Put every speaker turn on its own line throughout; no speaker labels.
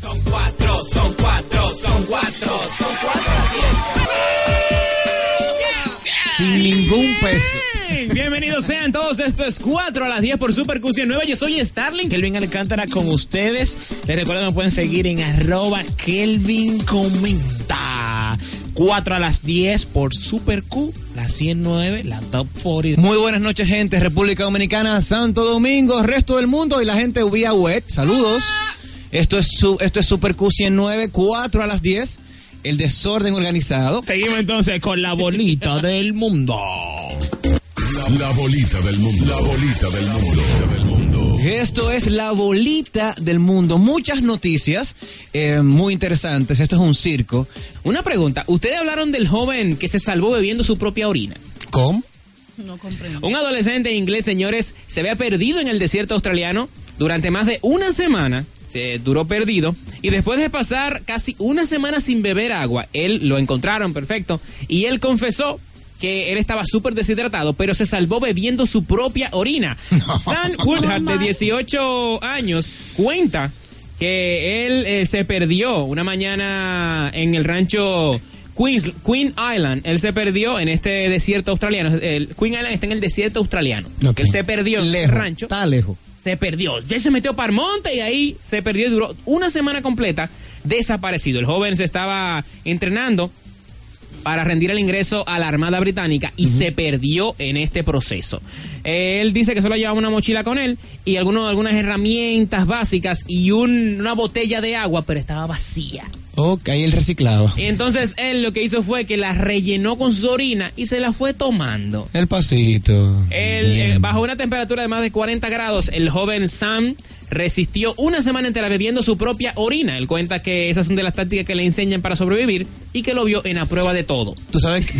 Son cuatro, son cuatro, son cuatro, son cuatro a diez.
Sin ningún peso.
Bien, Bienvenidos sean todos, esto es 4 a las 10 por Super Q109, yo soy Starling,
Kelvin Alcántara con ustedes. Les recuerdo que me pueden seguir en arroba Kelvin Comenta. 4 a las 10 por Super Q, la 109, la Top 40.
Muy buenas noches, gente. República Dominicana, Santo Domingo, resto del mundo y la gente vía web. Saludos. Esto es, su- esto es Super Q109, 4 a las 10. El desorden organizado.
Seguimos entonces con la bolita del mundo.
La bolita del mundo. La bolita del mundo. del
Oh.
mundo.
Esto es la bolita del mundo. Muchas noticias eh, muy interesantes. Esto es un circo.
Una pregunta, ustedes hablaron del joven que se salvó bebiendo su propia orina.
¿Cómo?
No comprendo.
Un adolescente inglés, señores, se había perdido en el desierto australiano durante más de una semana. Se duró perdido. Y después de pasar casi una semana sin beber agua, él lo encontraron, perfecto. Y él confesó que él estaba súper deshidratado, pero se salvó bebiendo su propia orina. Sam Woodhart, de 18 años, cuenta que él eh, se perdió una mañana en el rancho Queens- Queen Island. Él se perdió en este desierto australiano. El Queen Island está en el desierto australiano.
Ok.
Él se perdió en ese
Lejos,
rancho.
Está lejos.
Se perdió. Él se metió para el monte y ahí se perdió y duró una semana completa desaparecido. El joven se estaba entrenando para rendir el ingreso a la Armada Británica y se perdió en este proceso. Él dice que solo llevaba una mochila con él y alguno- algunas herramientas básicas y un- una botella de agua, pero estaba vacía.
Ok, ahí él reciclaba.
Y entonces él lo que hizo fue que la rellenó con su orina y se la fue tomando.
El pasito.
El, eh,
Bien.
bajo una temperatura de más de 40 grados, el joven Sam resistió una semana entera bebiendo su propia orina. Él cuenta que esas son de las tácticas que le enseñan para sobrevivir y que lo vio en la prueba de todo.
Tú sabes que...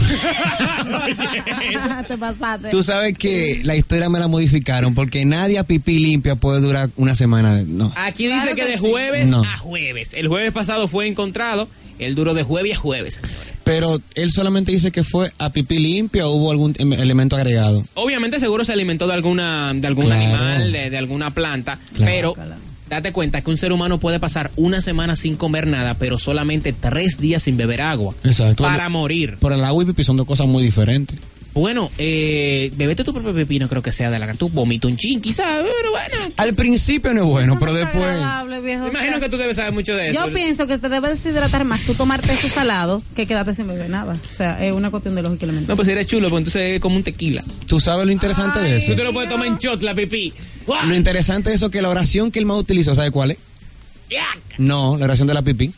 Te pasaste.
Tú sabes que la historia me la modificaron porque nadie a pipí limpia puede durar una semana. No.
Aquí
Claro
dice que
que
de
sí.
jueves
No.
a jueves. El jueves pasado fue encontrado. Él duró de jueves a jueves, señores.
Pero él solamente dice que fue a pipí limpia o hubo algún em- elemento agregado.
Obviamente seguro se alimentó de alguna de algún
Claro.
animal, de, de alguna planta,
Claro.
pero date cuenta que un ser humano puede pasar una semana sin comer nada, pero solamente tres días sin beber agua
Exacto.
para morir.
Por el agua y pipí son dos cosas muy diferentes.
Bueno, eh, bebete tu propio pepino, creo que sea de la tú vomito un chin, quizás, pero bueno.
Al principio no es bueno,
Eso
pero
no es
después...
agradable, viejo.
Me imagino que tú debes saber mucho de eso.
Yo pienso que te debes deshidratar más tú tomarte eso salado que quedarte sin beber nada. O sea, es una cuestión de lógica y elemental.
No, pues eres chulo, pues entonces es como un tequila.
Tú sabes lo interesante de eso.
Tú te lo puedes tomar en shot, la pipí. ¡Guau!
Lo interesante de eso es que la oración que el más utilizó, ¿sabe cuál es?
¡Yac!
No, la oración de la pipí.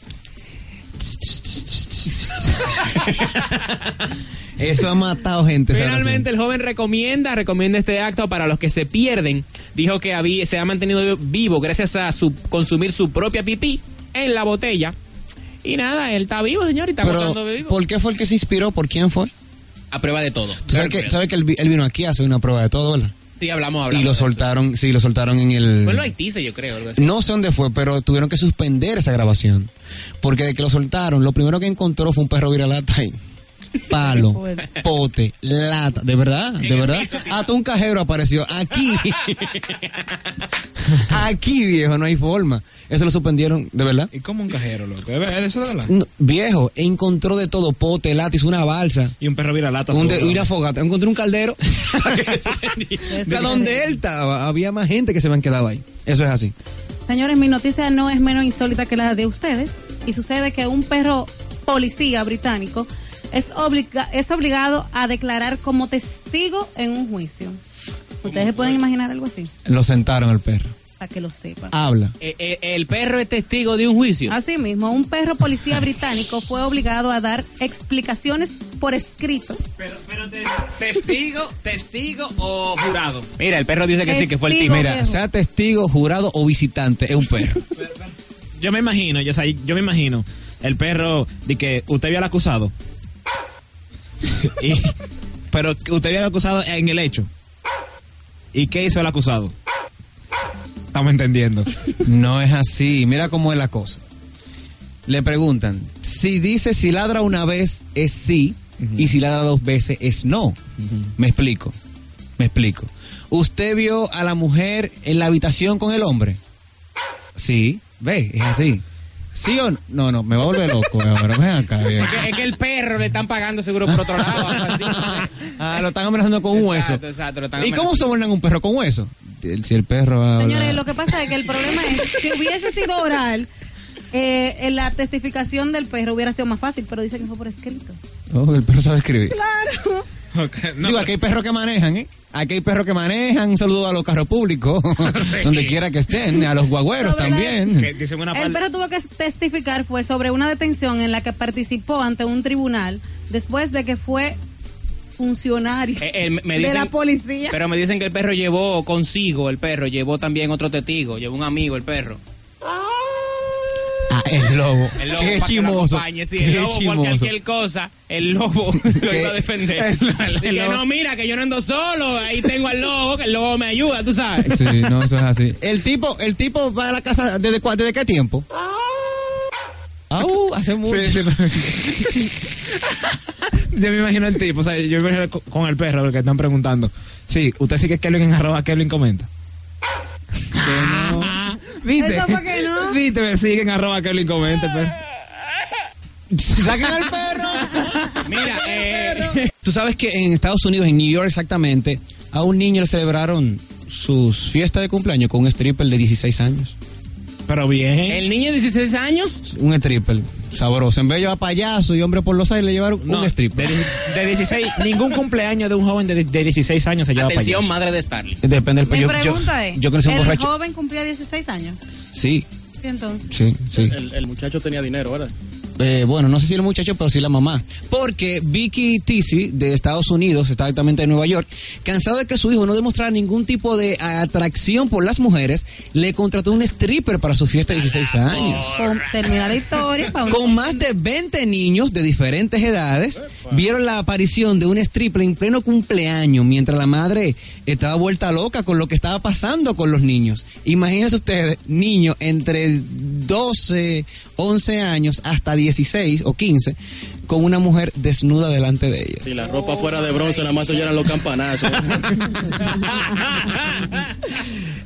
Eso ha matado gente. esa oración.
Finalmente, el joven recomienda, recomienda este acto para los que se pierden. Dijo que habí- se ha mantenido vivo gracias a su, consumir su propia pipí en la botella. Y nada, él está vivo, señor, y está
Pero,
gozando de vivo.
¿por qué fue el que se inspiró? ¿Por quién fue?
A prueba de todo.
Tú sabes que, sabes que él, vi- él vino aquí a hacer una prueba de todo, ¿verdad?
Sí, hablamos, pues. hablamos.
Y lo soltaron, sí, lo soltaron en el...
Fue en Haití, yo creo. algo así.
No sé dónde fue, pero tuvieron que suspender esa grabación. Porque de que lo soltaron, lo primero que encontró fue un perro viralata ahí. Palo,
Fuerte.
pote, lata, de verdad, de verdad. Hasta un cajero apareció aquí. aquí, viejo, no hay forma. Eso lo suspendieron, de verdad.
Y como un cajero, loco. ¿Es verdad? ¿Eso de verdad?
No, viejo, encontró de todo, pote, lata, hizo una balsa.
Y un perro vira lata.
Un de-
seguro.
una fogata, encontré un caldero. o sea, donde él estaba, había más gente que se habían quedado ahí. Eso es así.
Señores, mi noticia no es menos insólita que la de ustedes. Y sucede que un perro policía británico es, obliga- es obligado a declarar como testigo en un juicio. Ustedes se pueden imaginar algo así,
Lo sentaron al perro.
para que lo sepan.
Habla.
Eh, eh, el perro es testigo de un juicio.
Ah,
Asimismo, un perro policía británico fue obligado a dar explicaciones por escrito.
Testigo, testigo o jurado.
Mira, el perro dice que sí, que fue el
Testigo.
tipo.
Mira, sea testigo, jurado o visitante, es un perro.
yo me imagino, yo, o sea, yo me imagino el perro de que usted vio al acusado. Y- pero que usted vio al acusado en el hecho. ¿Y qué hizo el acusado? Estamos entendiendo.
No es así. Mira cómo es la cosa. Le preguntan, si dice si ladra una vez es sí y si ladra dos veces es no. Me explico. Me explico. ¿Usted vio a la mujer en la habitación con el hombre? Sí, ve, es así. ¿Sí o no? No, no, me va a volver loco, pero ven acá. bien.
Es que, es que el perro le están pagando seguro por otro lado. algo así.
Ah, lo están amenazando con un hueso.
Exacto, exacto, lo están
¿Y cómo
amenazando.
sobornan un perro con hueso? El- Si el perro habla-
Señores, lo que pasa es que el problema es, si hubiese sido oral, eh, eh, la testificación del perro hubiera sido más fácil, pero dicen que fue por escrito.
Oh, el perro sabe escribir.
Claro.
Digo, aquí hay perros que manejan, ¿eh? Aquí hay perros que manejan. Un saludo a los carros públicos, donde quiera que estén, a los guagüeros
Sobre
también.
dicen una
El perro tuvo que testificar fue sobre una detención en la que participó ante un tribunal después de que fue funcionario
Eh, eh, me
de
dicen-
la policía.
Pero me dicen que el perro llevó consigo, el perro llevó también otro testigo, llevó un amigo, el perro.
Ah, el lobo.
El lobo
Qué
para que lo
chimoso.
acompañe, sí, el
Qué
lobo por
chimoso.
cualquier cosa, el lobo lo
Qué-
iba a defender.
el- el
Y que
lobo.
no, mira, que yo no ando solo, ahí tengo al lobo, que el lobo me ayuda, tú sabes.
Sí, no, eso es así. El tipo, el tipo va a la casa desde, cua- desde qué tiempo?
Ah.
Au, hace mucho.
Yo me imagino el tipo, o sea, yo me imagino co- con el perro porque están preguntando. Sí, usted sí que es Kelvin en arroba Kelvin comenta. ¿Viste?
Eso fue que no.
¿Viste? Me siguen arroba Kelvin comenta, pues. el perro.
Saquen al perro.
Mira, eh,
Tú sabes que en Estados Unidos, en New York exactamente, a un niño le celebraron sus fiestas de cumpleaños con un stripper de 16 años.
Pero bien.
el niño de 16 años,
Un stripper sabroso. En vez de llevar payaso y hombre por los aires, le llevaron
No,
un stripper.
De, de 16, ningún cumpleaños de un joven de, de 16 años se lleva
atención,
payaso.
madre de Starling.
Depende del
Mi
yo-
pregunta
yo,
es,
yo creo que soy un
¿el
borracho.
joven cumplía 16 años?
Sí,
¿Y entonces?
sí, sí.
El, el muchacho tenía dinero, ¿verdad?
Eh, bueno, no sé si el muchacho, pero sí la mamá. Porque Vicky Tisi, de Estados Unidos, exactamente de Nueva York, cansado de que su hijo no demostrara ningún tipo de atracción por las mujeres, le contrató un stripper para su fiesta de 16
Ah,
años.
Con- terminar la historia. pa' un-
Con más de 20 niños de diferentes edades, vieron la aparición de un stripper en pleno cumpleaños, mientras la madre estaba vuelta loca con lo que estaba pasando con los niños. Imagínense ustedes, niños entre 12, 11 años hasta 16 o 15, con una mujer desnuda delante de ellos.
Si la ropa fuera de bronce, nada más se oyeran los campanazos.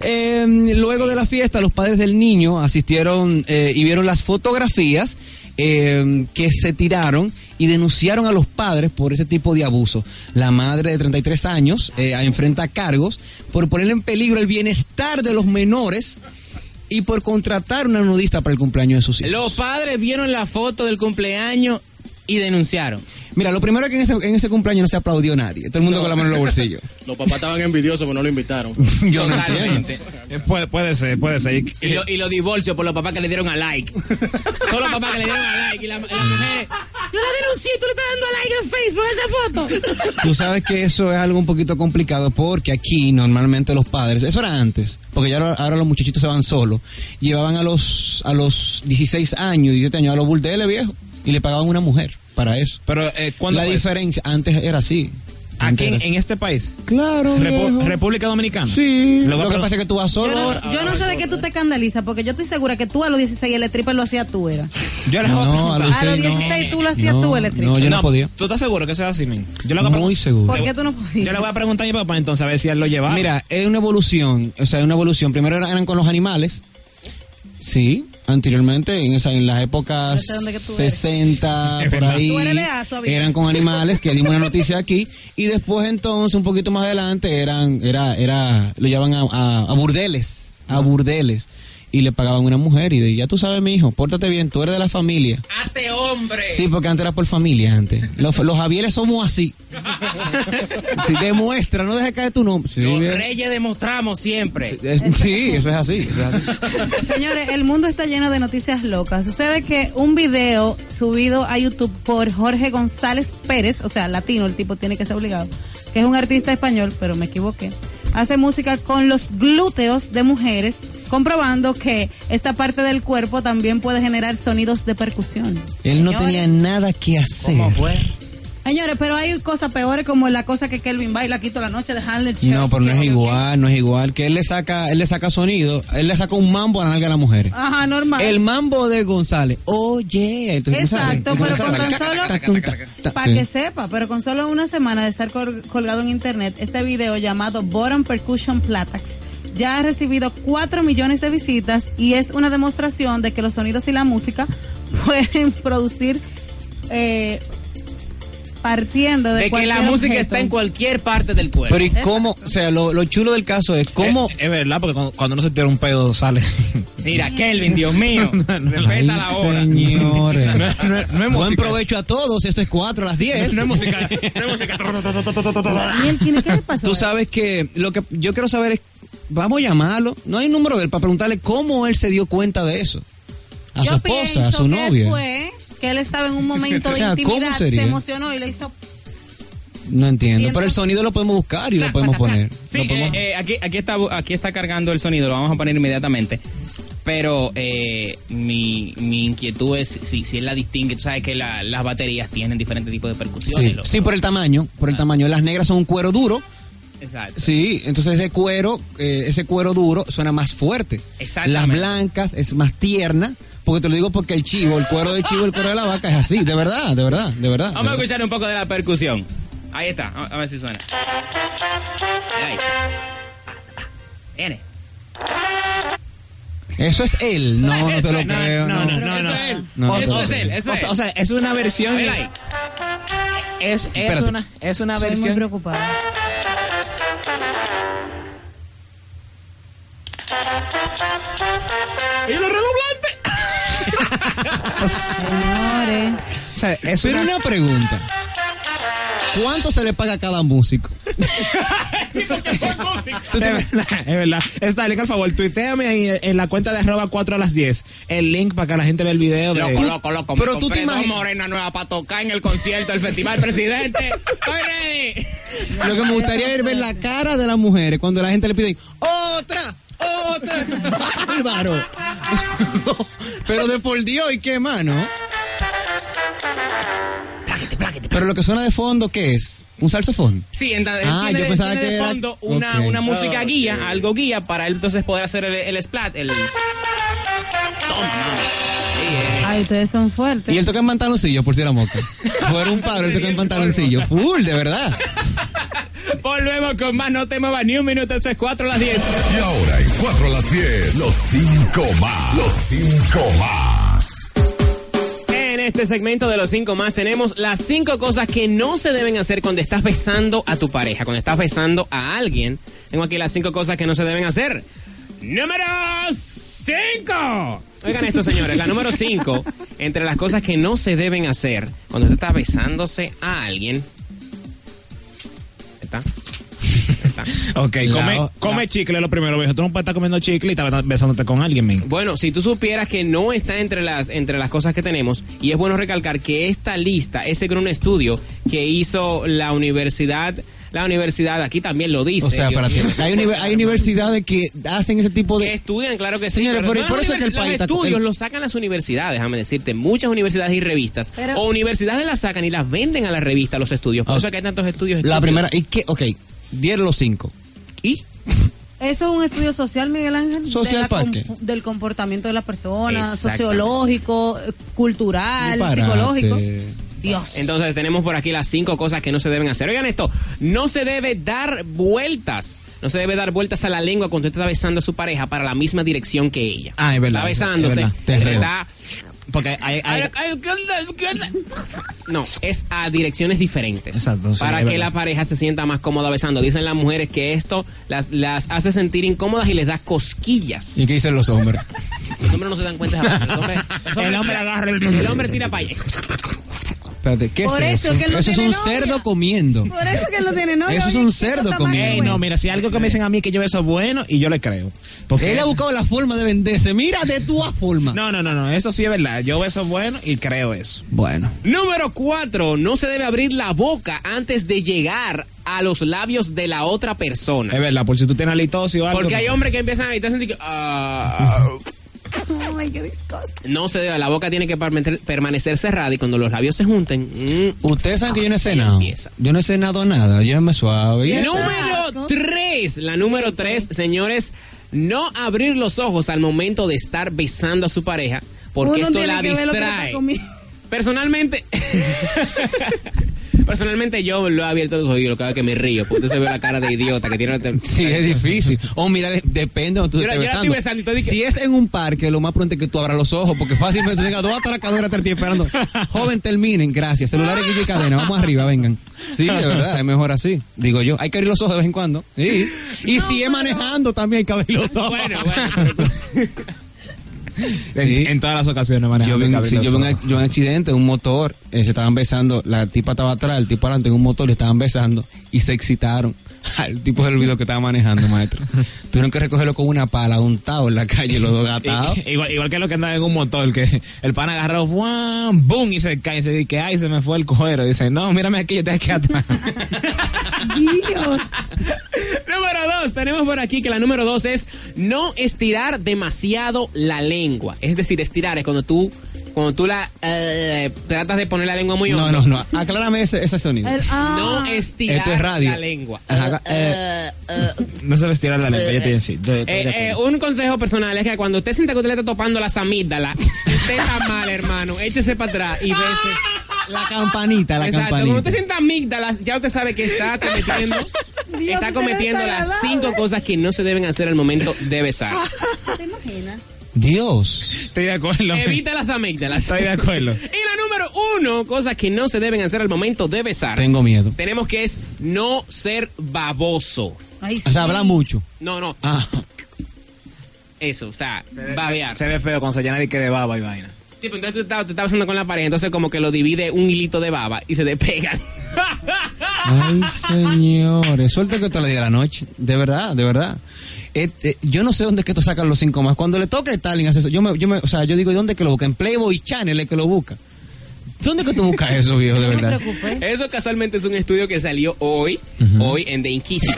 Eh, luego de la fiesta, los padres del niño asistieron eh, y vieron las fotografías eh, que se tiraron y denunciaron a los padres por ese tipo de abuso. La madre de 33 años eh, enfrenta cargos por poner en peligro el bienestar de los menores y por contratar una nudista para el cumpleaños de sus hijos.
Los padres vieron la foto del cumpleaños y denunciaron.
Mira, lo primero es que en ese, en ese cumpleaños no se aplaudió nadie. Todo el mundo con la mano en los bolsillos.
Los papás estaban envidiosos, pero no lo invitaron.
Yo no entiendo.
Totalmente.
Eh, Puede, puede ser, puede ser. Y-
Y los divorcios por los papás que le dieron a like. Todos los papás que le dieron a like y la- y las mujeres. Yo la denuncié, tú le estás dando a like en Facebook a esa foto.
Tú sabes que eso es algo un poquito complicado porque aquí normalmente los padres, eso era antes, porque ya ahora, ahora los muchachitos se van solos, llevaban a los a los 16 años, 17 años a los burdeles viejo y le pagaban una mujer para eso.
Pero, eh, ¿cuándo
La
fue eso?
diferencia antes era así.
Aquí
Antes
en,
era así.
en este país.
claro,
Repu-
viejo.
República Dominicana.
Sí.
Lo
Lo,
voy a
que
preguntar.
pasa es que tú vas
Yo
solo ahora.
no, yo no sé de qué tú te escandalizas, porque yo estoy segura que tú a los 16 el stripper lo hacía tú, era.
Yo les voy
No, a los
A
preguntar.
los
16 no.
16 tú lo hacías tú, el stripper.
No, yo no podía.
¿Tú estás seguro que eso es así, men? Yo le voy a
Muy
pregun-
seguro.
¿Por qué tú no
Yo le
podías?
voy a preguntar a mi papá entonces a ver si él lo llevaba.
Mira, es una evolución, o sea, es una evolución. Primero eran, eran con los animales. Sí, anteriormente, en, esa- en las épocas
No sé dónde que tú eres.
60,
Es
por
verdad.
ahí,
Tú eres leal, suavito.
eran con animales, que dimos una noticia aquí, y después entonces, un poquito más adelante, eran, era, era, lo llaman a, a- a burdeles,
Ah.
a burdeles, y le pagaban una mujer, y de, ya tú sabes, mi hijo, pórtate bien, tú eres de la familia.
¡Ate hombre!
Sí, porque antes era por familia, antes. Los, los Javieres somos así. Si demuestra, no dejes caer tu nombre. Sí,
Los
bien.
reyes demostramos siempre.
Es- sí, eso es así. eso es así.
Señores, el mundo está lleno de noticias locas. Sucede que un video subido a YouTube por Jorge González Pérez, o sea, latino, el tipo tiene que ser obligado, que es un artista español, pero me equivoqué, hace música con los glúteos de mujeres comprobando que esta parte del cuerpo también puede generar sonidos de percusión.
Él no
Señores,
tenía nada que hacer.
¿Cómo fue?
Señores, pero hay cosas peores como la cosa que Kelvin baila aquí toda la noche de Handler
No, pero no es igual, no es igual. Que él le saca, él le saca sonido, él le saca un mambo a la nalga a las mujeres.
Ajá, normal.
El mambo de González. Oye, entonces,
Exacto,
¿sabes?
pero con tan solo-
Tac, tum, tac, tac,
Para
sí.
que sepa, pero con solo una semana de estar col- colgado en internet, este video llamado Bottom Percussion Platax ya ha recibido 4 millones de visitas y es una demostración de que los sonidos y la música pueden producir eh, partiendo de,
De que la
cualquier
música
objeto.
está en cualquier parte del cuerpo.
Pero y cómo, o sea, lo, lo chulo del caso es cómo
Eh, Es, es verdad, porque cuando, cuando uno se tira un pedo sale.
Mira, Kelvin, Dios mío, respeta la hora.
Señores.
No, no, no es
Buen
música.
provecho a todos. Esto es 4 a las 10.
No es música. No es música.
Mielkin, ¿Qué le pasó?
Tú sabes que lo que yo quiero saber es, vamos a llamarlo. No hay número de él para preguntarle cómo él se dio cuenta de eso. A su
Yo
esposa, a su
pienso que
novia.
fue que él estaba en un momento
O sea,
de
¿cómo
intimidad, se
sería?
emocionó y le hizo
No entiendo.
Pienso-
Pero el sonido lo podemos buscar y lo podemos poner.
Sí,
Lo podemos-
eh, eh, aquí, aquí, está, aquí está cargando el sonido, lo vamos a poner inmediatamente. Pero eh, mi, mi inquietud es si, si él la distingue. Tú sabes que la- las baterías tienen diferentes tipos de percusiones.
sí.
loco.
Sí, por el tamaño, por el tamaño. Las negras son un cuero duro.
Exacto.
Sí, entonces ese cuero, eh, ese cuero duro suena más fuerte. Las
Exactamente.
blancas es más tierna. Porque te lo digo porque el chivo, el cuero del chivo, el cuero de la vaca es así, de verdad, de verdad, de verdad.
Vamos a
de verdad.
escuchar un poco de la percusión. Ahí está, a a ver si suena. Ahí. Ah, N.
Eso es él, no, no te lo creo.
No, no,
Pero
no.
eso
no.
es él.
No,
Eso
no,
es
no.
él, eso
o,
es
sea,
él.
o sea, es una
A
versión.
ver ahí.
Es, es,
Espérate.
una, es una
Estoy muy
versión.
preocupada.
Y los redoblantes.
Señores.
o sea, es
Pero
una-
una pregunta. ¿Cuánto se le paga a cada músico?
Es verdad, es verdad. Está, al favor, tuiteame ahí en la cuenta de arroba 4 a las 10 el link para que la gente vea el video. de-
Loco, loco, loco.
Pero
me
tú
compré
te
dos
imaginas-
Morena nueva para tocar en el concierto del Festival Presidente. Estoy ready.
Lo que me gustaría es ver la cara de las mujeres cuando la gente le pide otra, otra. Bárbaro. Pero de por Dios, ¿y qué mano? Pero lo que suena de fondo, ¿qué es? ¿Un saxofón?
Sí, entonces
Ah,
tiene,
yo pensaba
tiene
que
de
era-
fondo una,
Ok.
una música guía, algo guía, para él entonces poder hacer el, el splat. El...
Ay, ustedes son fuertes.
Y él toca en pantaloncillo, por si era moca. Fuera un paro, él toca en pantaloncillo. Full, de verdad.
Volvemos con más, no te muevas ni un minuto, eso es 4 a las 10.
Y ahora en 4 a las 10, los 5 más. Los 5 más.
En este segmento de los 5 más tenemos las 5 cosas que no se deben hacer cuando estás besando a tu pareja, cuando estás besando a alguien. Tengo aquí las 5 cosas que no se deben hacer. Número 5. Oigan esto, señores, la número 5, entre las cosas que no se deben hacer cuando se está besándose a alguien. ¿Está? ¿Está?
Ok, come,
La-
come chicle lo primero, viejo. Tú no puedes estar comiendo chicle y estar besándote con alguien, men.
Bueno, si tú supieras que no está entre las, entre las cosas que tenemos, y es bueno recalcar que esta lista es según un estudio que hizo la universidad, la universidad aquí también lo dice.
O sea,
Dios
para ti.
mío.
Hay, univer- hay universidades que hacen ese tipo
Que
de...
estudian, claro que sí.
Señores,
pero
por-
no
por
las
eso es que el
univers-
país está-
Los estudios
el-
los sacan las universidades, déjame decirte. Muchas universidades y revistas.
Pero-
o universidades las sacan y las venden a las revistas, los estudios. Por
Ah.
eso es que hay tantos estudios.
La
estúpidos.
primera... ¿Y qué? Ok, dieron los cinco. ¿Y?
Eso es un estudio social, Miguel Ángel. de
Social
la
para
com-
qué?
Del comportamiento de la persona,
Exactamente.
sociológico, eh, cultural,
Disparate.
psicológico. Dios.
Entonces tenemos por aquí las cinco cosas que no se deben hacer. Oigan esto, no se debe dar vueltas. No se debe dar vueltas a la lengua cuando usted está besando a su pareja para la misma dirección que ella.
Ah, es verdad,
Está
es verdad,
besándose.
es verdad, te
le
creo.
da-
Porque hay, hay-
Ay, ay, ¿qué onda? ¿Qué onda? No, es a direcciones diferentes.
Exacto, sí,
para
es
que
verdad.
la pareja se sienta más cómoda besando. Dicen las mujeres que esto las, las hace sentir incómodas y les da cosquillas.
¿Y qué dicen los hombres?
Los hombres no se dan cuenta. de esa vaina. Los hombres- los hombres-
El hombre agarra el-
el hombre tira payas.
Espérate, ¿qué
Por
es
eso
eso?
que él no
eso es
tiene
un
novia.
cerdo comiendo.
Por eso que él no tiene novia.
Eso es
oye,
un
qué
cerdo
cosa más
comiendo.
buena.
Ey, no, mira, si algo que me dicen a mí que yo eso es bueno y yo le creo. Porque
Él ha buscado la forma de venderse. Mira, de tu forma.
No, no, no, no, eso sí es verdad. Yo veo eso bueno y creo eso.
Bueno.
Número 4. No se debe abrir la boca antes de llegar a los labios de la otra persona.
Es verdad, por si tú tienes halitosis o algo.
Porque hay
no-
hombres que empiezan a evitar sentir que. ah,
Ay, qué viscoso.
no se debe. La boca tiene que permanecer- permanecer cerrada y cuando los labios se junten. mm,
Ustedes saben que yo no he cenado.
empieza.
Yo no he cenado nada. Yo me suave. Y-
Número 3. La número 3, señores, no abrir los ojos al momento de estar besando a su pareja porque
Uno
esto
tiene
la
que ver lo que le está
distrae.
comiendo.
Personalmente Personalmente yo lo he abierto los oídos cada vez que me río, porque entonces veo la cara de idiota que tiene la-
Sí, es difícil. O mira, de- depende donde tú
Yo la-
estés
yo la
besando.
estoy besando y todo, y que-
Si es en un parque, lo más pronto es que tú abras los ojos, porque fácilmente tengas dos atracadoras atrás de ti esperando. Joven, terminen, gracias. Celulares Guillo y cadena, vamos arriba, vengan. Sí, de verdad, es mejor así. Digo yo, hay que abrir los ojos de vez en cuando. Sí. Y si es manejando, también hay que abrir los ojos.
Bueno, bueno. pero-
En,
Sí.
en todas las ocasiones
Yo
manejando.
vi, un-
cabido
sí, yo vi un,
solo.
yo vi un accidente, un motor, eh, se estaban besando, la tipa estaba atrás, el tipo adelante en un motor, le estaban besando y se excitaron. El tipo se olvidó que estaba manejando, maestro. Tuvieron que recogerlo con una pala, untado en la calle, los dos gatados.
I- igual, igual que lo que anda en un motor, que el pan agarró, ¡guam! ¡boom! y se cae. Y se dice, que, ¡ay! Se me fue el cojero. Dice, no, mírame aquí, yo te aquí atrás.
Dios.
Número dos, tenemos por aquí que la número dos es no estirar demasiado la lengua. Es decir, estirar es cuando tú, cuando tú la eh, tratas de poner la lengua muy
No,
hondo.
no, no, aclárame ese, ese sonido.
El- ah,
No estirar
Esto es radio.
la lengua.
Ajá, eh,
no se estirar la lengua, yo te decía. yo- yo- yo-
Eh, eh, un consejo personal es que cuando usted sienta que usted le está topando las amígdalas, usted está mal, hermano. Échese para atrás y bese.
la campanita, la
Ah. Exacto. Cuando usted
campanita.
sienta amígdalas, ya usted sabe que está cometiendo,
Dios,
está
qué
cometiendo las
desagradable. Ah.
cinco cosas que no se deben hacer al momento de besar.
¿Te imaginas?
Dios.
Estoy de acuerdo.
Evita las amígdalas.
Estoy de acuerdo.
Y la número uno, cosas que no se deben hacer al momento de besar.
Tengo miedo.
Tenemos que es no ser baboso.
Ay, sí.
O sea, habla mucho.
No, no,
Ah,
eso, o sea, babear.
Se ve feo cuando se llena de que de baba y vaina.
Sí, pero entonces tú estabas, te estabas besando con la pareja, entonces como que lo divide un hilito de baba y se te pegan.
Ay, señores, suerte que te lo diga la noche. De verdad, de verdad. Este, yo no sé dónde es que tú sacas los cinco más. Cuando le toca a Stalin hacer eso, yo me, yo me, o sea, yo digo, ¿y dónde es que lo busca? En Playboy Channel es que lo busca. ¿Dónde es que tú buscas eso, viejo, de
No me
verdad?
preocupes.
Eso casualmente es un estudio que salió hoy, hoy en The Inquisitor.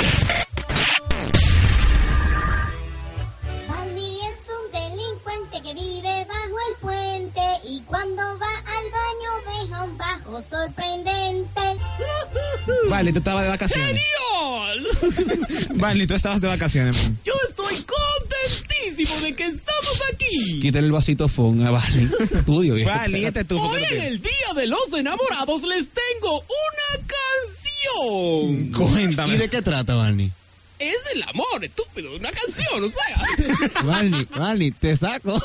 Baldi es un delincuente que vive bajo el puente y cuando va al baño deja un bajo sorprendente.
Vale, tú estabas de vacaciones.
¡Dios!
Vale, tú estabas de vacaciones. man.
Yo estoy contentísimo de que estamos aquí.
Quítale el vasito fon a Barney. Estudio, viejo.
Vale, este tú. ¿por qué
Hoy
tú
en
tienes?
el Día de los Enamorados les tengo una canción.
¿Y de
Cuéntame.
qué trata, Barney?
Es del amor, estúpido, una canción, o sea.
Barney, Barney, te saco.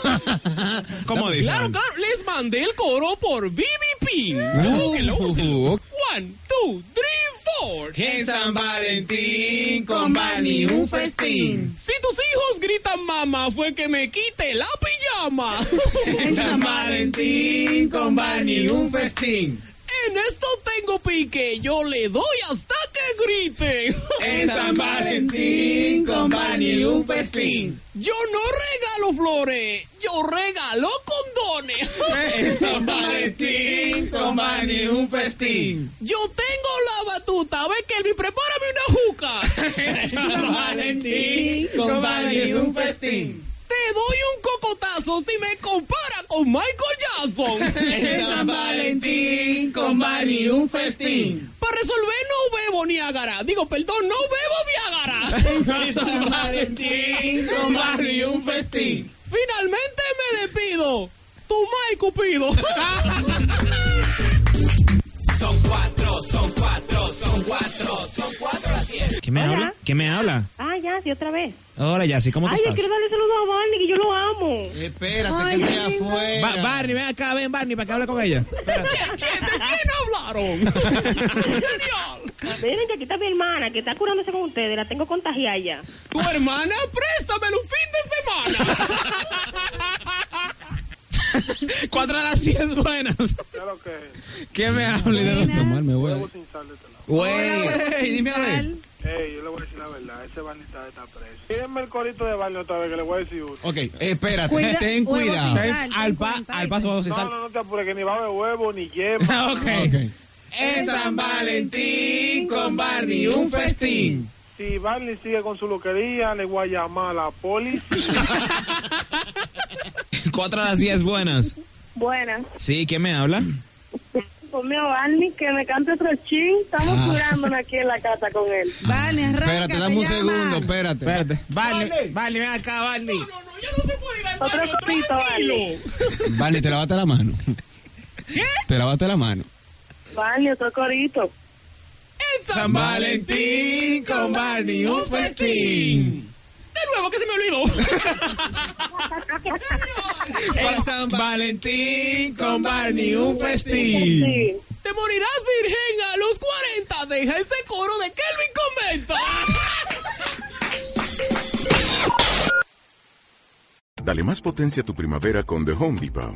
¿Cómo dice?
Claro, claro, les mandé el coro por BB Pin. Búsquenlo, búsquenlo.
ok.
One, two, three, four.
En San Valentín
con Barney un festín.
Si tus hijos gritan mamá, fue que me quite la pijama.
En San Valentín con Barney un festín.
en esto tengo pique, yo le doy hasta que griten.
Eh,
Valentín con Barney un festín.
Yo no regalo flores, yo regalo condones.
San Valentín, con Manny, un festín.
Yo tengo la batuta, ve Kelvin, prepárame una juca.
San Valentín, con Manny, un festín.
Te doy un cocotazo si me compara con Michael Jackson.
San Valentín, con Manny, un festín.
Para resolver no bebo Niágara. Digo, perdón, no bebo Viagara.
San Valentín, con Manny, un festín.
Finalmente me despido. Tu Mike Cupido.
¿Quién me
Hola.
habla? ¿Quién me habla?
Ah, ya, sí, otra vez.
Ahora, Yassi, ¿cómo tú
Ay, yo
estás?
quiero darle saludos a Barney, que yo lo amo.
Espérate, que estoy afuera.
Ba- Barney, ven acá, ven Barney, para que hable con ella.
¿De quién hablaron? Genial.
Miren que aquí está mi hermana, que está curándose con ustedes. La tengo contagiada ya.
Tu hermana, préstamelo un fin de semana.
Cuatro a las 10 buenas.
Claro que
¿Qué me hable de los
Tomarme,
huevo
güey.
sin sal de este lado.
Güey, dime a ver.
Ey, yo le voy a decir la verdad, ese bandita está preso. Tírenme el corito de baño otra vez que le voy a decir uno.
Ok, espérate,
Cuida-
ten
huevos sin
cuidado.
sal. Ten
Al, pa-
cuenta,
al paso vamos a
No,
sal.
no, no te apures, que ni va a haber huevo, ni yema.
Ok.
Ok.
En San Valentín con Barney un festín.
Si Barney sigue con su loquería, le voy a llamar a la policía.
4 a las 10 buenas.
Buenas.
Sí, ¿quién me habla?
Ponme a Barney que me cante otro chin. Estamos curándonos aquí en la casa con él.
Vale, arranca.
Espérate,
te
dame un
llaman.
segundo, espérate.
Espérate. Barney, Barney, ven acá, Barney.
Otro corito, Barney.
Vale, te lavaste la mano. ¿Qué? Te lavaste la mano.
Barney, otro corito.
San Valentín con Barney un festín.
De nuevo, que se me olvidó.
En San
Valentín con Barney un festín.
Sí.
Te morirás virgen a los 40. Deja ese coro de Kelvin Convento.
Dale más potencia a tu primavera con The Home Depot.